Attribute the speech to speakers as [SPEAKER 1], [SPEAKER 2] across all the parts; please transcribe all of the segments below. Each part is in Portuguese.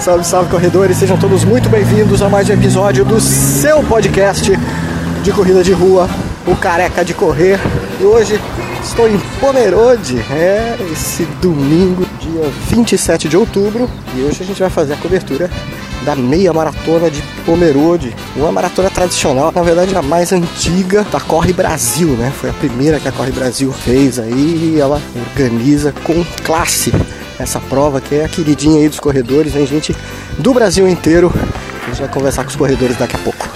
[SPEAKER 1] Salve, salve corredores, sejam todos muito bem-vindos a mais um episódio do seu podcast de corrida de rua, o Careca de Correr. E hoje estou em Pomerode, é esse domingo, dia 27 de outubro, e hoje a gente vai fazer a cobertura da meia maratona de Pomerode, uma maratona tradicional, na verdade a mais antiga da Corre Brasil, né? Foi a primeira que a Corre Brasil fez aí e ela organiza com classe essa prova que é a queridinha aí dos corredores, vem gente do Brasil inteiro. A gente vai conversar com os corredores daqui a pouco.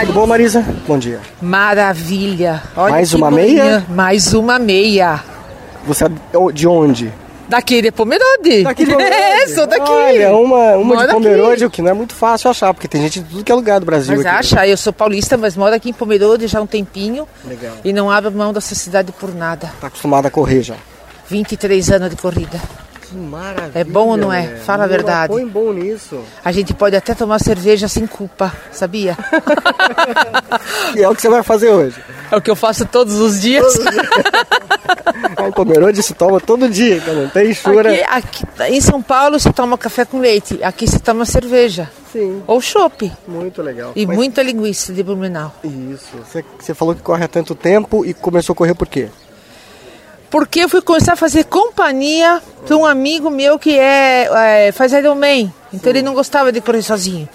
[SPEAKER 1] Tudo bom, Marisa? Bom dia.
[SPEAKER 2] Maravilha. Olha
[SPEAKER 1] Mais
[SPEAKER 2] que
[SPEAKER 1] uma
[SPEAKER 2] manhã.
[SPEAKER 1] meia?
[SPEAKER 2] Mais uma meia.
[SPEAKER 1] Você é de onde?
[SPEAKER 2] Daqui de Pomerode. É, sou daqui.
[SPEAKER 1] Olha, uma, uma
[SPEAKER 2] Moro
[SPEAKER 1] de
[SPEAKER 2] aqui.
[SPEAKER 1] Pomerode, o que não é muito fácil achar, porque tem gente de tudo que é lugar do Brasil
[SPEAKER 2] Mas
[SPEAKER 1] aqui.
[SPEAKER 2] acha, eu sou paulista, mas moro aqui em Pomerode já há um tempinho.
[SPEAKER 1] Legal.
[SPEAKER 2] E não abro mão dessa cidade por nada.
[SPEAKER 1] Tá acostumado a correr já.
[SPEAKER 2] 23 anos de corrida.
[SPEAKER 1] Que maravilha.
[SPEAKER 2] É bom ou não é?
[SPEAKER 1] né?
[SPEAKER 2] velho. Fala a Não, verdade. põe
[SPEAKER 1] bom nisso.
[SPEAKER 2] A gente pode até tomar cerveja sem culpa, sabia?
[SPEAKER 1] E é o que você vai fazer hoje.
[SPEAKER 2] é o que eu faço todos os dias.
[SPEAKER 1] Lá em Pomerode se toma todo dia, então não tem chura.
[SPEAKER 2] Aqui, aqui, em São Paulo se toma café com leite, aqui se toma cerveja.
[SPEAKER 1] Sim,
[SPEAKER 2] Ou chopp.
[SPEAKER 1] muito legal.
[SPEAKER 2] E
[SPEAKER 1] Mas-
[SPEAKER 2] muita linguiça de Blumenau.
[SPEAKER 1] Isso. Você, você falou que corre há tanto tempo e começou a correr por quê?
[SPEAKER 2] Porque eu fui começar a fazer companhia para um amigo meu que é, é faz Ironman. Então ele não gostava de correr sozinho.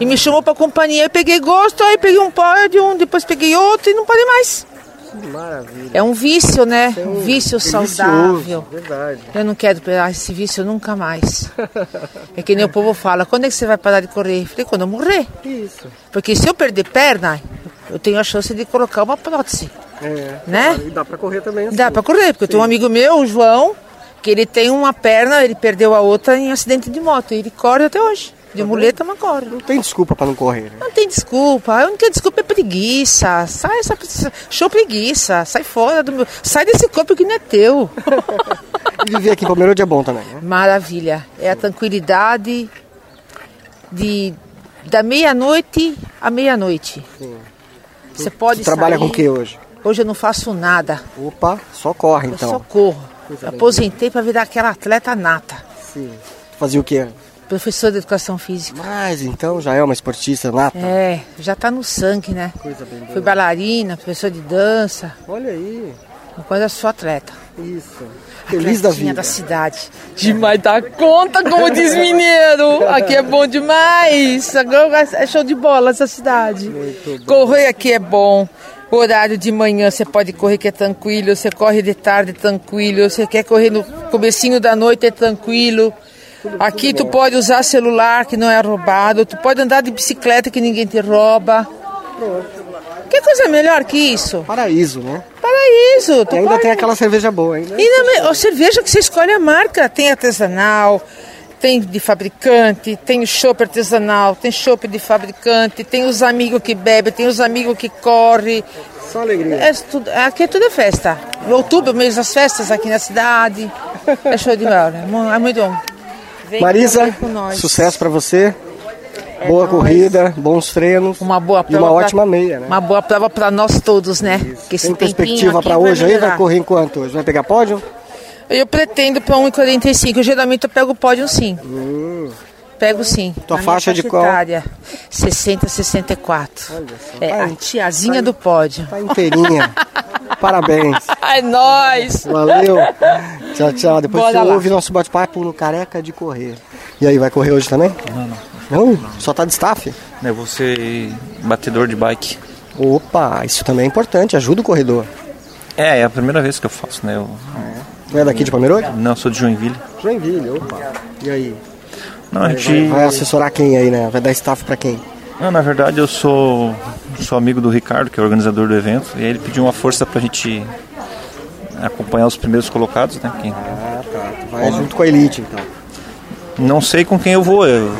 [SPEAKER 2] E me chamou para companhia. Eu peguei gosto, aí peguei um pódio, depois peguei outro e não parei mais.
[SPEAKER 1] Que maravilha.
[SPEAKER 2] É um vício, né? Um vício saudável.
[SPEAKER 1] Verdade.
[SPEAKER 2] Eu não quero pegar esse vício nunca mais. É que nem o povo fala, quando é que você vai parar de correr? Eu falei, quando eu morrer.
[SPEAKER 1] Isso.
[SPEAKER 2] Porque se eu perder perna, eu tenho a chance de colocar uma prótese.
[SPEAKER 1] É.
[SPEAKER 2] Né?
[SPEAKER 1] E dá pra correr também. assim.
[SPEAKER 2] Dá pra correr, porque eu tenho um amigo meu, o João, que ele tem uma perna, ele perdeu a outra em acidente de moto. E ele corre até hoje. De muleta, mas corre.
[SPEAKER 1] Tá Não tem desculpa pra não correr. né?
[SPEAKER 2] Não tem desculpa. A única desculpa é preguiça. Sai essa preguiça. Show preguiça. Sai fora do meu. Sai desse corpo que não é teu.
[SPEAKER 1] E viver aqui em Pomerode é bom também, né?
[SPEAKER 2] Maravilha. É a tranquilidade de da meia-noite à meia-noite. Você pode
[SPEAKER 1] Você trabalha
[SPEAKER 2] sair.
[SPEAKER 1] com o que hoje?
[SPEAKER 2] Hoje eu não faço nada.
[SPEAKER 1] Opa, só corre
[SPEAKER 2] Eu
[SPEAKER 1] então.
[SPEAKER 2] só corro. Aposentei para virar aquela atleta nata.
[SPEAKER 1] Sim. Fazia o quê?
[SPEAKER 2] Professor de educação física.
[SPEAKER 1] Mas então já é uma esportista nata.
[SPEAKER 2] É, já tá no sangue, né?
[SPEAKER 1] Coisa bem boa.
[SPEAKER 2] Fui bailarina, professor de dança,
[SPEAKER 1] Olha aí.
[SPEAKER 2] uma coisa só atleta.
[SPEAKER 1] Isso. Feliz da
[SPEAKER 2] Atletinha
[SPEAKER 1] vida.
[SPEAKER 2] da cidade. Demais da conta, como diz mineiro. Aqui é bom demais. Agora é show de bola essa cidade. Correr aqui é bom. Horário de manhã você pode correr que é tranquilo, você corre de tarde tranquilo, você quer correr no comecinho da noite é tranquilo. Aqui tu pode usar celular que não é roubado, tu pode andar de bicicleta que ninguém te rouba. Que coisa melhor que isso?
[SPEAKER 1] Paraíso, né?
[SPEAKER 2] Paraíso! Tu
[SPEAKER 1] E ainda
[SPEAKER 2] pode-
[SPEAKER 1] tem aquela cerveja boa, ainda.
[SPEAKER 2] e na me- ó, cerveja que você escolhe a marca, tem artesanal, tem de fabricante, tem o chopp artesanal, tem chopp de fabricante, tem os amigos que bebem, tem os amigos que correm.
[SPEAKER 1] Só alegria.
[SPEAKER 2] É tudo- aqui tudo é festa. Em outubro, mês das festas aqui na cidade. É show de bola. é mu- É muito bom. Vem
[SPEAKER 1] Marisa,
[SPEAKER 2] correr com nós. É
[SPEAKER 1] sucesso pra você. Boa
[SPEAKER 2] nóis.
[SPEAKER 1] corrida, bons treinos.
[SPEAKER 2] Uma boa
[SPEAKER 1] e
[SPEAKER 2] prova.
[SPEAKER 1] uma
[SPEAKER 2] pra-
[SPEAKER 1] ótima meia, né?
[SPEAKER 2] Uma boa prova para nós todos, né? Que esse
[SPEAKER 1] Tem
[SPEAKER 2] tempinho
[SPEAKER 1] perspectiva
[SPEAKER 2] aqui
[SPEAKER 1] pra hoje aí? Vai
[SPEAKER 2] melhorar.
[SPEAKER 1] correr enquanto hoje? Vai pegar pódio?
[SPEAKER 2] Eu pretendo um para 1,45. Geralmente eu pego o pódio sim. Pego sim.
[SPEAKER 1] Hum. Tua
[SPEAKER 2] Na minha
[SPEAKER 1] faixa de qual?
[SPEAKER 2] Etária, 60, 64. é
[SPEAKER 1] Tá
[SPEAKER 2] a
[SPEAKER 1] em-
[SPEAKER 2] tiazinha do pódio.
[SPEAKER 1] Tá inteirinha. Parabéns.
[SPEAKER 2] É nóis!
[SPEAKER 1] Valeu. Tchau, tchau. Depois
[SPEAKER 2] Bora
[SPEAKER 1] você
[SPEAKER 2] lá.
[SPEAKER 1] ouve nosso bate-papo no Careca de Correr. E aí, vai correr hoje também? Não, não. Não? Só tá de staff?
[SPEAKER 3] Eu vou ser batedor de bike.
[SPEAKER 1] Opa, isso também é importante. Ajuda o corredor.
[SPEAKER 3] É, é a primeira vez que eu faço, né? Eu
[SPEAKER 1] Não é daqui de Pomerode?
[SPEAKER 3] não eu sou de Joinville.
[SPEAKER 1] Joinville, opa. E aí?
[SPEAKER 3] Não, a gente.
[SPEAKER 1] Vai assessorar quem aí, né? Vai dar staff pra quem?
[SPEAKER 3] Não, na verdade eu sou, sou amigo do Ricardo, que é o organizador do evento, e aí ele pediu uma força pra gente acompanhar os primeiros colocados, né? Quem-
[SPEAKER 1] Ah, tá. Vai junto com a elite, então.
[SPEAKER 3] Não sei com quem eu vou. eu-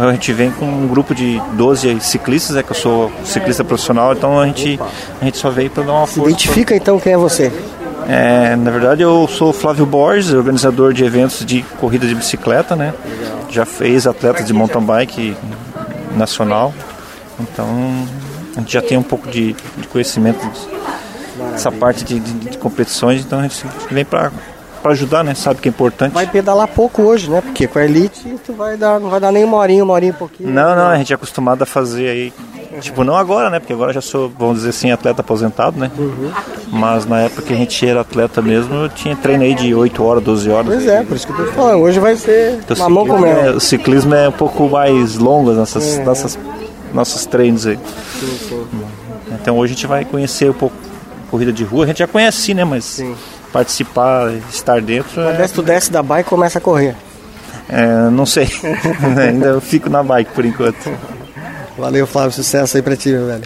[SPEAKER 3] a gente vem com um grupo de 12 ciclistas, é que eu sou ciclista profissional, então a gente, a gente só veio pra dar uma
[SPEAKER 1] Se
[SPEAKER 3] força.
[SPEAKER 1] identifica então quem é você.
[SPEAKER 3] É, na verdade, eu sou o Flávio Borges, organizador de eventos de corrida de bicicleta, né? Já fez atleta de mountain bike nacional. Então a gente já tem um pouco de, de conhecimento dessa parte de, de- de competições, então a gente vem para ajudar, né? Sabe que é importante.
[SPEAKER 1] Vai pedalar pouco hoje, né? Porque com a elite tu vai dar, não vai dar nem uma horinha, uma horinha e pouquinho.
[SPEAKER 3] Não, não, a gente é acostumado a fazer aí. Tipo, não agora, né? Porque agora eu já sou, vamos dizer assim, atleta aposentado, né?
[SPEAKER 1] Uhum.
[SPEAKER 3] Mas na época que a gente era atleta mesmo, eu tinha treino aí de 8 horas, 12 horas.
[SPEAKER 1] Pois é, por isso que eu tô falando. Hoje vai ser
[SPEAKER 3] Então, o
[SPEAKER 1] mamão com
[SPEAKER 3] ciclismo é-
[SPEAKER 1] mel.
[SPEAKER 3] o ciclismo é um pouco mais longo
[SPEAKER 1] É.
[SPEAKER 3] nessas, nessas- nossos treinos aí. Então hoje a gente vai conhecer um pouco corrida de rua. A gente já conhece, sim, né? Mas participar, estar dentro, é-
[SPEAKER 1] Desce, tu desce da bike e começa a correr.
[SPEAKER 3] é, não sei. Ainda eu fico na bike por enquanto.
[SPEAKER 1] Valeu, Flávio. Sucesso aí pra ti, meu velho.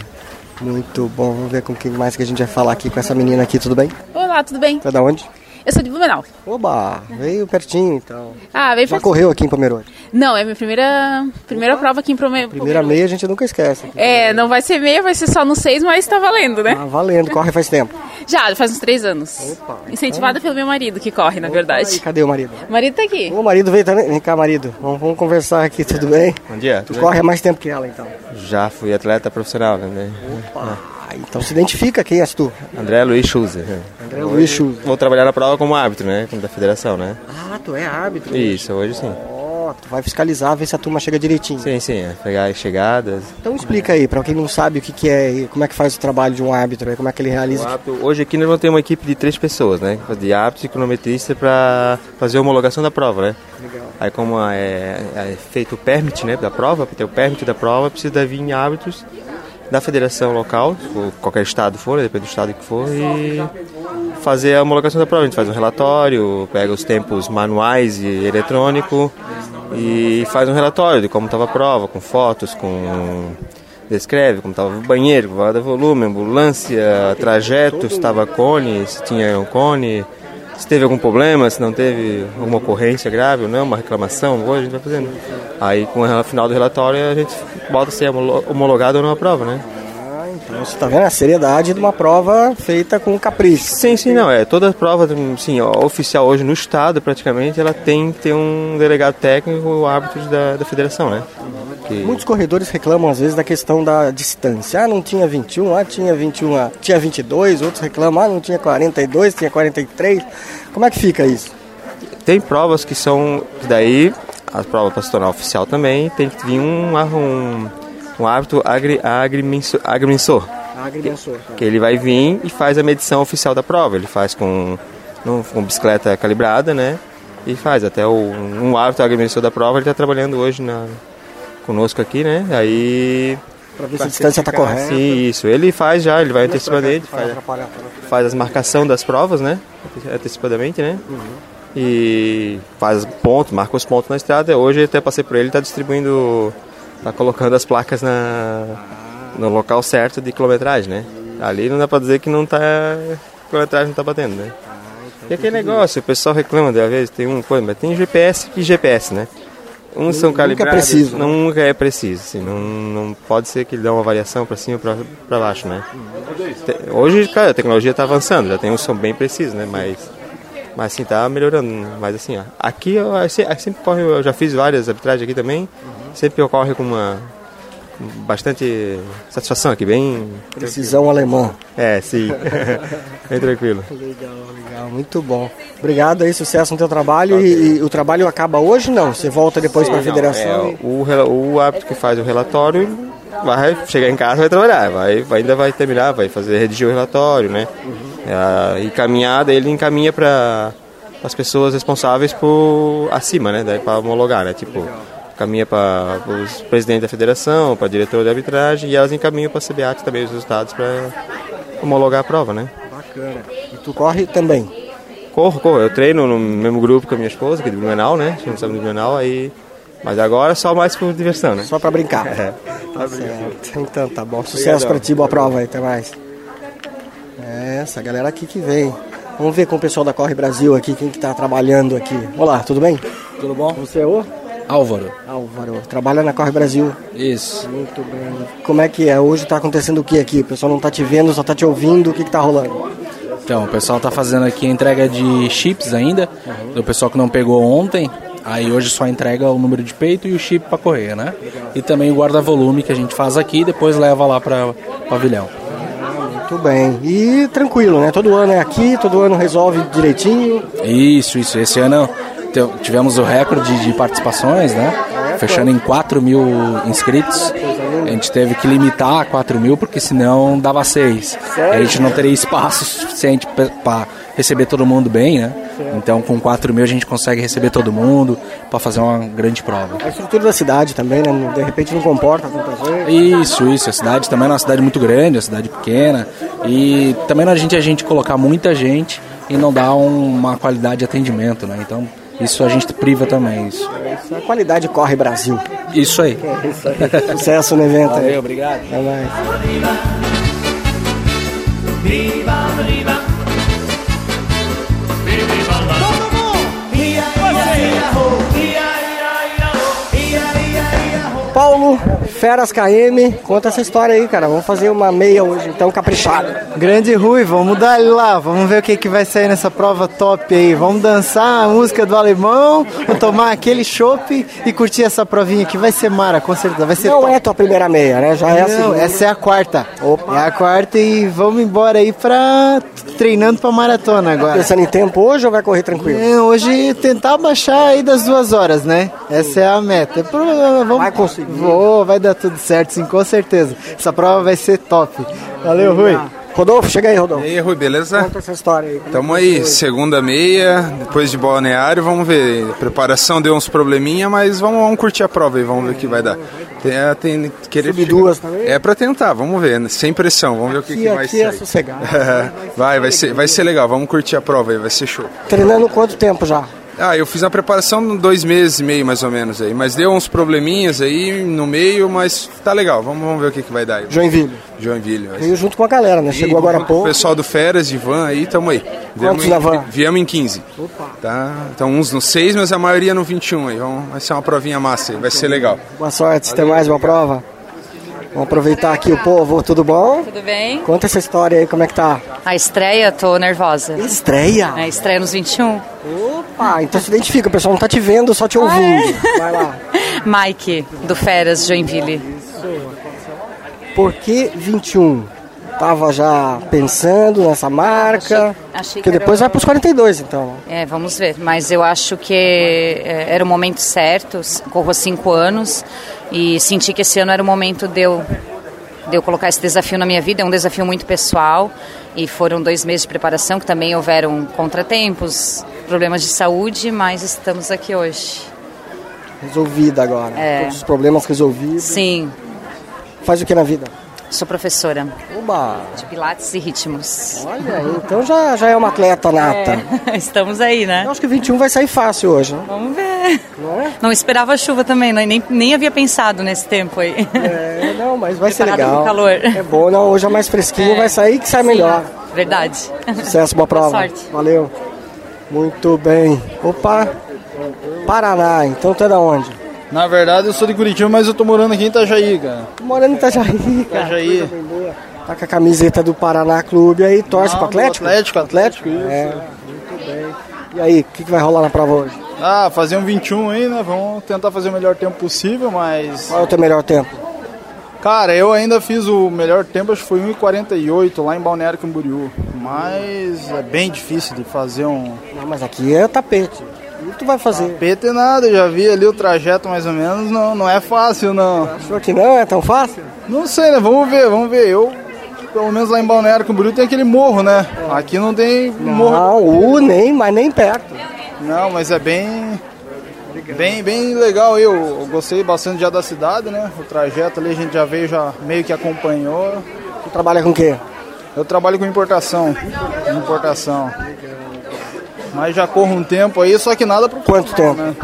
[SPEAKER 1] Muito bom. Vamos ver com quem mais que a gente vai falar aqui com essa menina aqui, tudo bem?
[SPEAKER 4] Olá, tudo bem?
[SPEAKER 1] Tu é da onde?
[SPEAKER 4] Eu sou de Blumenau.
[SPEAKER 1] Oba, veio pertinho então.
[SPEAKER 4] Ah, veio
[SPEAKER 1] Já
[SPEAKER 4] pra...
[SPEAKER 1] correu aqui em Pomerode.
[SPEAKER 4] Não, é minha primeira, primeira prova aqui em Prome...
[SPEAKER 1] Primeira meia a gente nunca esquece.
[SPEAKER 4] É, não vai ser meia, vai ser só no seis, mas tá valendo, né?
[SPEAKER 1] Tá valendo, corre faz tempo.
[SPEAKER 4] Já, faz uns três anos.
[SPEAKER 1] Opa,
[SPEAKER 4] Incentivada pelo meu marido, que corre, na
[SPEAKER 1] Ai,
[SPEAKER 4] verdade.
[SPEAKER 1] cadê o marido?
[SPEAKER 4] O marido tá aqui.
[SPEAKER 1] O marido veio também. Vem cá, marido. Vamos, vamos conversar aqui, tudo bem?
[SPEAKER 5] Bom dia.
[SPEAKER 1] Tu corre há mais tempo que ela, então.
[SPEAKER 5] Já fui atleta profissional, né?
[SPEAKER 1] Ah, então se identifica quem és tu.
[SPEAKER 5] André Luiz Schuser.
[SPEAKER 1] André Luiz Schuster.
[SPEAKER 5] Vou trabalhar na prova como árbitro, né? Como da federação, né?
[SPEAKER 1] Ah, tu é árbitro.
[SPEAKER 5] Isso, hoje sim.
[SPEAKER 1] Ó, tu vai fiscalizar, ver se a turma chega direitinho.
[SPEAKER 5] Sim, sim. é Pegar as chegadas.
[SPEAKER 1] Então explica aí, pra quem não sabe o que, que é e como é que faz o trabalho de um árbitro, aí, como é que ele
[SPEAKER 5] O
[SPEAKER 1] realiza.
[SPEAKER 5] árbitro- Hoje aqui nós vamos ter uma equipe de três pessoas, né? De árbitro e cronometrista para fazer a homologação da prova, né? Aí como é, é feito o permit, né? Da prova, para ter o permit da prova, precisa vir árbitros da federação local, se for qualquer estado for, né, depende do estado que for, e fazer a homologação da prova. A gente faz um relatório, pega os tempos manuais e eletrônico e faz um relatório de como estava a prova, com fotos, com descreve como estava o banheiro, vada volume, ambulância, trajeto, se estava cone, se tinha um cone, se teve algum problema, se não teve alguma ocorrência grave ou não, uma reclamação, alguma coisa, a gente vai fazendo. Aí com o final do relatório a gente bota se é homolo- homologado ou não a prova, né?
[SPEAKER 1] Ah, então você tá vendo a seriedade de uma prova feita com capricho.
[SPEAKER 5] Sim, sim, não. É, toda prova, sim, ó, oficial hoje no estado, praticamente, ela tem que ter um delegado técnico ou árbitro da, da federação, né? Que-
[SPEAKER 1] Muitos corredores reclamam às vezes da questão da distância. Ah, não tinha 21, ah, tinha 21, ah, tinha 22, outros reclamam, ah, não tinha 42, tinha 43. Como é que fica isso?
[SPEAKER 5] Tem provas que são. Daí, a prova para se tornar oficial também, tem que vir um, ar- um, um árbitro agri, agrimensor, agrimensor,
[SPEAKER 1] Agrimensor.
[SPEAKER 5] que ele vai vir e faz a medição oficial da prova. Ele faz com, num- com bicicleta calibrada, né? E faz. Até o, um árbitro agrimensor da prova, ele está trabalhando hoje na, conosco aqui, né? Aí
[SPEAKER 1] Pra ver se a distância tá correta.
[SPEAKER 5] Sim, isso. Ele faz já, ele vai antecipadamente,
[SPEAKER 1] Pra
[SPEAKER 5] faz,
[SPEAKER 1] atrapalhar, Uhum. pra não-
[SPEAKER 5] faz as marcação das provas, né? Antecipadamente, né? E faz pontos, marca os pontos na estrada. Hoje até passei por ele, tá distribuindo, tá colocando as placas na, no local certo de quilometragem, né? Ali não dá pra dizer que não tá, quilometragem não tá batendo, né?
[SPEAKER 1] então
[SPEAKER 5] E aquele negócio, o pessoal reclama da vez, tem um coisa, mas tem GPS e GPS, né? Uns são
[SPEAKER 1] Nunca é
[SPEAKER 5] calibrados,
[SPEAKER 1] preciso, né?
[SPEAKER 5] nunca é preciso, assim, não, não pode ser que ele dê uma variação para cima ou para baixo, né?
[SPEAKER 1] Uhum.
[SPEAKER 5] Te- Hoje, cara, a tecnologia está avançando, já tem um som bem preciso, né? Mas, mas assim, tá melhorando. Mas assim, ó, aqui eu, eu se- eu sempre corre, eu já fiz várias arbitragens aqui também, sempre ocorre com uma com bastante satisfação aqui, bem.
[SPEAKER 1] Precisão alemã.
[SPEAKER 5] É, sim. bem tranquilo.
[SPEAKER 1] Legal, legal, muito bom. Obrigado aí, sucesso no teu trabalho. E, e o trabalho acaba hoje? Não, você volta depois para a federação.
[SPEAKER 5] É, o, rela- o árbitro que faz o relatório vai chegar em casa vai trabalhar, vai, vai- ainda vai terminar, vai fazer redigir o relatório, né?
[SPEAKER 1] Uhum.
[SPEAKER 5] É, e caminhada ele encaminha para as pessoas responsáveis por acima, né? Daí para homologar, né? Tipo, caminha para os presidentes da federação, para diretor de arbitragem e elas encaminham para a CBAT também os resultados para homologar a prova, né?
[SPEAKER 1] Bacana. E tu corre também.
[SPEAKER 5] Corro, corro. Eu treino no mesmo grupo que a minha esposa, que é de Blumenau, né? A gente sabe de Blumenau, aí... Mas agora só mais por diversão, né?
[SPEAKER 1] Só para brincar. Tá certo. Então tá bom. Sucesso para ti, boa prova aí, até mais. É, essa galera aqui que vem. Vamos ver com o pessoal da Corre Brasil aqui, quem que tá trabalhando aqui. Olá, tudo bem?
[SPEAKER 6] Tudo bom?
[SPEAKER 1] Você é o
[SPEAKER 6] Álvaro.
[SPEAKER 1] Álvaro, trabalha na Corre Brasil.
[SPEAKER 6] Isso.
[SPEAKER 1] Muito bem. Como é que é? Hoje tá acontecendo o que aqui? O pessoal não tá te vendo, só tá te ouvindo. O que que tá rolando? Uhum.
[SPEAKER 6] Então, o pessoal tá fazendo aqui a entrega de chips ainda, do pessoal que não pegou ontem. Aí hoje só entrega o número de peito e o chip para correr, né? E também o guarda-volume que a gente faz aqui e depois leva lá para pavilhão.
[SPEAKER 1] Muito bem. E tranquilo, né? Todo ano é aqui, todo ano resolve direitinho.
[SPEAKER 6] Isso, isso. Esse ano te- tivemos o recorde de participações, né?
[SPEAKER 1] É,
[SPEAKER 6] Fechando em 4 mil inscritos. A gente teve que limitar a 4 mil, porque senão dava 6. A gente não teria espaço suficiente para receber todo mundo bem, né? Então, com 4 mil, a gente consegue receber todo mundo para fazer uma grande prova.
[SPEAKER 1] A estrutura da cidade também, né? De repente não comporta tanta gente.
[SPEAKER 6] Isso, isso. A cidade também não é uma cidade muito grande, é uma cidade pequena. E também não adianta a gente colocar muita gente e não dar um- uma qualidade de atendimento, né? Então, isso a gente priva também, isso.
[SPEAKER 1] Isso é A qualidade corre Brasil.
[SPEAKER 6] Isso aí.
[SPEAKER 1] é Sucesso no evento. aí.
[SPEAKER 6] obrigado.
[SPEAKER 1] Até mais. Paulo, Feras KM, conta essa história aí, cara. Vamos fazer uma meia hoje, então, caprichada.
[SPEAKER 7] Grande Rui, vamos dar ele lá, vamos ver o que, que vai sair nessa prova top aí. Vamos dançar a música do alemão, vamos tomar aquele chopp e curtir essa provinha que vai ser mara, com certeza. Vai ser
[SPEAKER 1] Não
[SPEAKER 7] top.
[SPEAKER 1] é tua primeira meia, né? Já é a
[SPEAKER 7] Não,
[SPEAKER 1] segunda.
[SPEAKER 7] essa é a quarta.
[SPEAKER 1] Opa.
[SPEAKER 7] É a quarta e vamos embora aí pra. treinando pra maratona agora.
[SPEAKER 1] Pensando em tempo hoje ou vai correr tranquilo?
[SPEAKER 7] É, hoje tentar baixar aí das duas horas, né? Essa é a meta. É pro- Vamos...
[SPEAKER 1] Vai conseguir.
[SPEAKER 7] Vou, vai dar tudo certo, sim, com certeza. Essa prova vai ser top. Valeu, Rui.
[SPEAKER 1] Rodolfo, chega aí,
[SPEAKER 8] E
[SPEAKER 1] Rodolfo.
[SPEAKER 8] aí, Rui, beleza?
[SPEAKER 1] Conta essa história aí.
[SPEAKER 8] Tamo aí, segunda meia, depois de balneário, vamos ver. Preparação deu uns probleminha, mas vamos, vamos curtir a prova aí, vamos ver o que vai dar. Tem, é, tem querer
[SPEAKER 1] Subir
[SPEAKER 8] chegar-
[SPEAKER 1] duas também?
[SPEAKER 8] É pra tentar, vamos ver, né? sem pressão, vamos ver o que,
[SPEAKER 1] Aqui,
[SPEAKER 8] que vai
[SPEAKER 1] aqui é
[SPEAKER 8] sair.
[SPEAKER 1] sossegado.
[SPEAKER 8] vai, vai ser, vai ser legal, vamos curtir a prova aí, vai ser show.
[SPEAKER 1] Treinando quanto tempo já?
[SPEAKER 8] Ah, eu fiz a preparação dois meses e meio mais ou menos aí, mas deu uns probleminhas aí no meio, mas tá legal, vamos, vamos ver o que, que vai dar aí.
[SPEAKER 1] Joinville.
[SPEAKER 8] Joinville. vai ser-
[SPEAKER 1] Veio junto com a galera, né?
[SPEAKER 8] E
[SPEAKER 1] Chegou agora há
[SPEAKER 8] junto com O
[SPEAKER 1] pouco.
[SPEAKER 8] pessoal do Feras, de van aí, tamo aí. Viemos em,
[SPEAKER 1] na van?
[SPEAKER 8] Viemos em 15. Opa. Tá? Então uns no 6, mas a maioria no 21 aí. Vamos, vai ser uma provinha massa aí, vai ser legal.
[SPEAKER 1] Boa sorte, tem mais uma prova? Vamos aproveitar aqui o povo, tudo bom?
[SPEAKER 9] Tudo bem?
[SPEAKER 1] Conta essa história aí, como é que tá?
[SPEAKER 9] A estreia, tô nervosa.
[SPEAKER 1] Estreia!
[SPEAKER 9] É, estreia nos 21.
[SPEAKER 1] Ah, então se identifica, o pessoal não tá te vendo, só te ouvindo. Vai lá.
[SPEAKER 9] Ah, é? Mike, do Feras, Joinville.
[SPEAKER 1] Por que 21? Tava já pensando nessa marca.
[SPEAKER 9] Achei- achei
[SPEAKER 1] que
[SPEAKER 9] que era
[SPEAKER 1] depois
[SPEAKER 9] o-
[SPEAKER 1] vai pros 42, então.
[SPEAKER 9] É, vamos ver. Mas eu acho que é, era o momento certo. s- Corro há cinco anos e senti que esse ano era o momento de eu, de eu colocar esse desafio na minha vida. É um desafio muito pessoal e foram dois meses de preparação que também houveram contratempos, problemas de saúde, mas estamos aqui hoje.
[SPEAKER 1] Resolvida agora.
[SPEAKER 9] É.
[SPEAKER 1] Todos os problemas resolvidos.
[SPEAKER 9] Sim,
[SPEAKER 1] Faz o que na vida?
[SPEAKER 9] sou professora
[SPEAKER 1] Oba!
[SPEAKER 9] de Pilates e Ritmos.
[SPEAKER 1] Olha, aí, então já, já é uma atleta nata.
[SPEAKER 9] É, estamos aí, né?
[SPEAKER 1] Eu acho que 21 vai sair fácil hoje, né?
[SPEAKER 9] Vamos ver.
[SPEAKER 1] Não é?
[SPEAKER 9] Não esperava chuva também, né? nem, nem havia pensado nesse tempo aí.
[SPEAKER 1] É, não, mas vai ser
[SPEAKER 9] Preparado pro
[SPEAKER 1] legal.
[SPEAKER 9] tá calor.
[SPEAKER 1] É bom, não, hoje é mais fresquinho,
[SPEAKER 9] É.
[SPEAKER 1] vai sair que sai melhor.
[SPEAKER 9] Verdade.
[SPEAKER 1] Sucesso, boa prova.
[SPEAKER 9] sorte.
[SPEAKER 1] Valeu. Muito bem. Opa, Paraná, então tu é da onde?
[SPEAKER 7] Na verdade, eu sou de Curitiba, mas eu tô morando aqui em Itajaí, cara.
[SPEAKER 1] Tô morando em Itajaí, cara.
[SPEAKER 7] Itajaí.
[SPEAKER 1] Coisa bem boa. Tá com a camiseta do Paraná Clube aí, torce
[SPEAKER 7] Não,
[SPEAKER 1] pro Atlético?
[SPEAKER 7] do Atlético, Atlético, isso.
[SPEAKER 1] É, muito bem. E aí, o que, que vai rolar na prova hoje?
[SPEAKER 7] Ah, fazer um 21 aí, né? Vamos tentar fazer o melhor tempo possível, mas.
[SPEAKER 1] Qual é o teu melhor tempo?
[SPEAKER 7] Cara, eu ainda fiz o melhor tempo, acho que foi 1,48 lá em Balneário Camboriú. Mas é bem difícil de fazer um.
[SPEAKER 1] Não, mas aqui é tapete. O que tu vai fazer?
[SPEAKER 7] PT e nada, eu já vi ali o trajeto mais ou menos, não, não é fácil não.
[SPEAKER 1] Achou que não é tão fácil?
[SPEAKER 7] Não sei, né? Vamos ver, vamos ver. Eu, pelo menos lá em Balneário Camboriú tem aquele morro, né? Aqui não tem morro.
[SPEAKER 1] Não, o nem, mas nem perto.
[SPEAKER 7] Não, mas é bem. Bem, bem legal eu, eu gostei bastante já da cidade, né? O trajeto ali a gente já veio, já meio que acompanhou.
[SPEAKER 1] Tu trabalha com o quê?
[SPEAKER 7] Eu trabalho com importação. Importação. Mas já corro um tempo aí, só que nada pro
[SPEAKER 1] Quanto tempo?
[SPEAKER 7] né?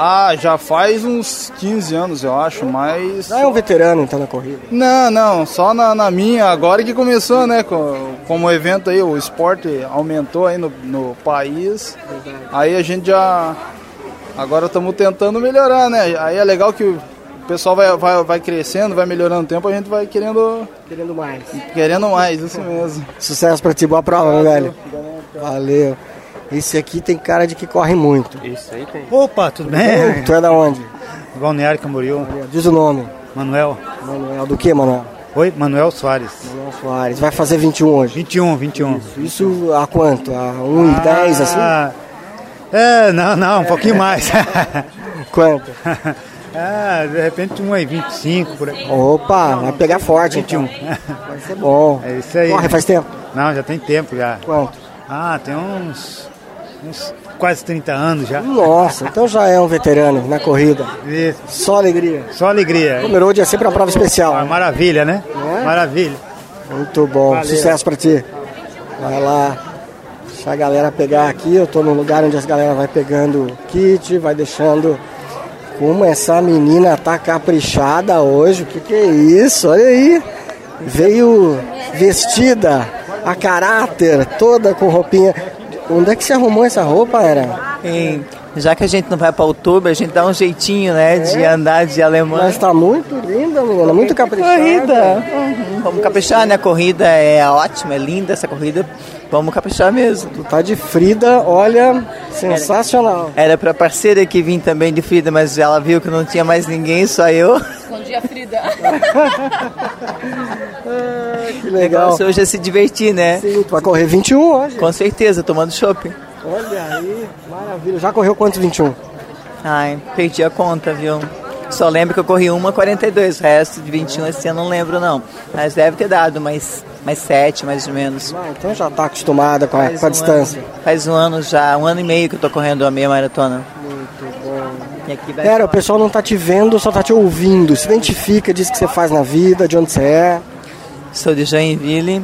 [SPEAKER 7] Ah, já faz uns 15 anos, eu acho, mas.
[SPEAKER 1] Não é um veterano então na corrida.
[SPEAKER 7] Não, não, só na, na minha, agora que começou, né? co- Como o evento aí, o esporte aumentou aí no, no país. Aí a gente já. Agora estamos tentando melhorar, né? Aí é legal que o pessoal vai, vai, vai crescendo, vai melhorando o tempo, a gente vai querendo,
[SPEAKER 1] Querendo mais.
[SPEAKER 7] querendo mais, isso mesmo.
[SPEAKER 1] Sucesso pra ti, boa prova, meu velho. Valeu. Esse aqui tem cara de que corre muito.
[SPEAKER 10] Opa, tudo bem?
[SPEAKER 1] Tu é da onde?
[SPEAKER 10] Balneário Camboriú,
[SPEAKER 1] Diz o nome.
[SPEAKER 10] Manuel.
[SPEAKER 1] Manuel. Do que, Manuel?
[SPEAKER 10] Oi, Manuel Soares.
[SPEAKER 1] Manuel Soares. Vai fazer 21 hoje.
[SPEAKER 10] 21, 21.
[SPEAKER 1] Isso a quanto? A 1,10 assim?
[SPEAKER 10] Ah, É, não, não, um pouquinho mais.
[SPEAKER 1] Quanto?
[SPEAKER 10] ah, de repente 1 e 25 por aí.
[SPEAKER 1] Opa, vai pegar forte.
[SPEAKER 10] 21.
[SPEAKER 1] Então. Vai ser bom.
[SPEAKER 10] É isso aí.
[SPEAKER 1] Corre faz tempo?
[SPEAKER 10] Não, já tem tempo já.
[SPEAKER 1] Quanto?
[SPEAKER 10] Ah, tem uns, uns quase 30 anos já.
[SPEAKER 1] Nossa, então já é um veterano na corrida.
[SPEAKER 10] Isso,
[SPEAKER 1] Só alegria.
[SPEAKER 10] Só alegria.
[SPEAKER 1] Pomerode é sempre uma prova
[SPEAKER 10] Ah,
[SPEAKER 1] especial.
[SPEAKER 10] maravilha, né?
[SPEAKER 1] É.
[SPEAKER 10] Maravilha.
[SPEAKER 1] Muito bom.
[SPEAKER 10] Valeu.
[SPEAKER 1] Sucesso pra ti. Vai lá. Deixa a galera pegar aqui. Eu tô num lugar onde as galera vai pegando o kit, vai deixando. Como essa menina tá caprichada hoje. O que que é isso? Olha aí. Veio vestida a caráter, toda com roupinha. Onde é que você arrumou essa roupa, era?
[SPEAKER 11] E já que a gente não vai para outubro, a gente dá um jeitinho, né, de andar de alemã.
[SPEAKER 1] É. Mas tá muito linda, menina. Muito caprichada.
[SPEAKER 11] Corrida. Uhum. Vamos caprichar, né? A corrida é ótima, é linda essa corrida. Vamos caprichar mesmo.
[SPEAKER 1] Tá de Frida, olha, sensacional.
[SPEAKER 11] Era para parceira que vim também de Frida, mas ela viu que não tinha mais ninguém, só eu.
[SPEAKER 4] Escondi a Frida.
[SPEAKER 1] Que
[SPEAKER 11] O
[SPEAKER 1] legal.
[SPEAKER 11] negócio hoje é se divertir, né?
[SPEAKER 1] Sim, tu vai correr 21 hoje.
[SPEAKER 11] Com certeza, tomando shopping.
[SPEAKER 1] Olha aí, maravilha. Já correu quantos 21?
[SPEAKER 11] Ai, perdi a conta, viu? Só lembro que eu corri 1,42, o resto de 21 esse ano eu não lembro não. Mas deve ter dado mais, mais 7, mais ou menos.
[SPEAKER 1] Ah, então já tá acostumada com a,
[SPEAKER 11] Faz
[SPEAKER 1] com a
[SPEAKER 11] um
[SPEAKER 1] distância.
[SPEAKER 11] ano- faz um ano já, um ano e meio que eu tô correndo a meia maratona. Muito bom. E aqui vai
[SPEAKER 1] Pera, o
[SPEAKER 11] fora.
[SPEAKER 1] pessoal não tá te vendo, só tá te ouvindo. Se identifica, diz o que você faz na vida, de onde você é.
[SPEAKER 11] Sou de Joinville.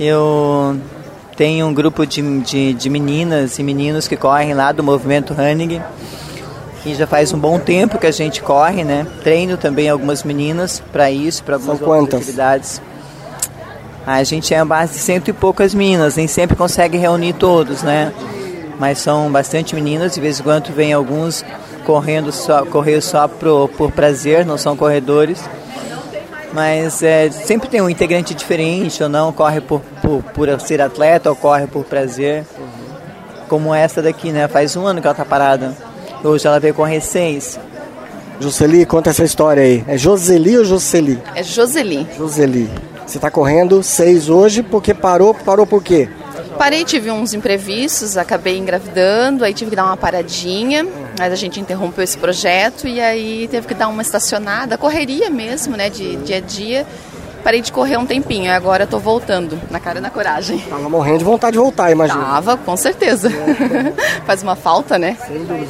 [SPEAKER 11] Eu tenho um grupo de, de, de meninas e meninos que correm lá do movimento Running. E já faz um bom tempo que a gente corre, né? Treino também algumas meninas para isso, para algumas
[SPEAKER 1] São
[SPEAKER 11] outras
[SPEAKER 1] quantas?
[SPEAKER 11] atividades. A gente é a base de cento e poucas meninas, nem sempre consegue reunir todos, né? Mas são bastante meninas, de vez em quando vem alguns correndo só, correr só pro, por prazer, não são corredores. Mas é, sempre tem um integrante diferente, ou não, corre por, por, por ser atleta, ou corre por prazer. Como essa daqui, né? Faz um ano que ela tá parada. Hoje ela veio correr seis.
[SPEAKER 1] Jocely, conta essa história aí. É Joseli ou Jocely?
[SPEAKER 4] É Joseli.
[SPEAKER 1] Joseli. Você tá correndo 6 hoje porque parou, parou por quê?
[SPEAKER 4] Parei, tive uns imprevistos, acabei engravidando, aí tive que dar uma paradinha, mas a gente interrompeu esse projeto e aí teve que dar uma estacionada, correria mesmo, né, de dia a dia. Parei de correr um tempinho, agora eu tô voltando, na cara e na coragem.
[SPEAKER 1] Tava morrendo de vontade de voltar, imagina.
[SPEAKER 4] Tava, com certeza. Faz uma falta, né?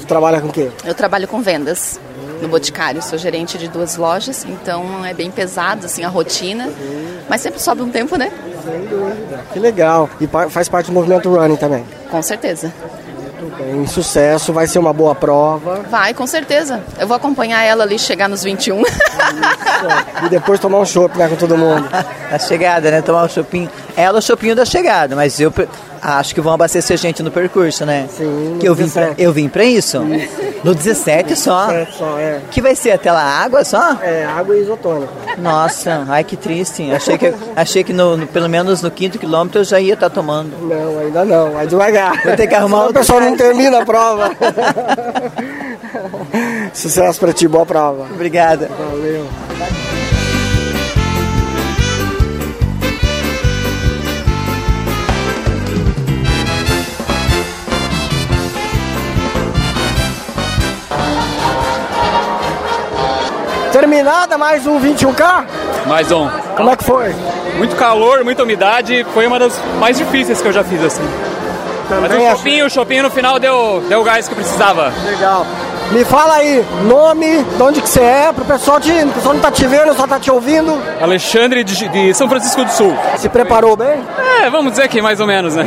[SPEAKER 1] Tu trabalha com o quê?
[SPEAKER 4] Eu trabalho com vendas no Boticário, sou gerente de duas lojas, então é bem pesado assim a rotina, mas sempre sobe um tempo, né?
[SPEAKER 1] Que legal. E pa- faz parte do movimento running também.
[SPEAKER 4] Com certeza.
[SPEAKER 1] Bem, sucesso, vai ser uma boa prova.
[SPEAKER 4] Vai, com certeza. Eu vou acompanhar ela ali chegar nos 21.
[SPEAKER 1] E depois tomar um chopp né, com todo mundo.
[SPEAKER 11] A chegada, né? Tomar o chopinho. Ela é o chopinho da chegada, mas eu pre- acho que vão abastecer gente no percurso, né?
[SPEAKER 1] Sim,
[SPEAKER 11] Que eu vim pra,
[SPEAKER 1] 17.
[SPEAKER 11] eu vim pra isso? No 17 só.
[SPEAKER 1] É, só, é.
[SPEAKER 11] Que vai ser até lá água só?
[SPEAKER 1] É, água e isotônica.
[SPEAKER 11] Nossa, ai que triste. Achei que, achei que no, no- pelo menos no quinto quilômetro eu já ia estar tomando.
[SPEAKER 1] Não, ainda não, vai devagar.
[SPEAKER 11] Vou ter que arrumar
[SPEAKER 1] Senão O
[SPEAKER 11] outro
[SPEAKER 1] pessoal
[SPEAKER 11] cara.
[SPEAKER 1] não termina a prova. Sucesso pra ti, boa prova.
[SPEAKER 11] Obrigada.
[SPEAKER 1] Valeu. Terminada mais um 21K?
[SPEAKER 12] Mais um.
[SPEAKER 1] Como é que foi?
[SPEAKER 12] Muito calor, muita umidade, foi uma das mais difíceis que eu já fiz assim. Mas
[SPEAKER 1] Também
[SPEAKER 12] o
[SPEAKER 1] acho
[SPEAKER 12] chopinho, o chopinho no final deu, deu o gás que eu precisava.
[SPEAKER 1] legal. Me fala aí, nome, de onde que você é, pro pessoal te. O pessoal não tá te vendo, só tá te ouvindo.
[SPEAKER 12] Alexandre de, de São Francisco do Sul.
[SPEAKER 1] Se preparou bem?
[SPEAKER 12] É, vamos dizer que mais ou menos, né?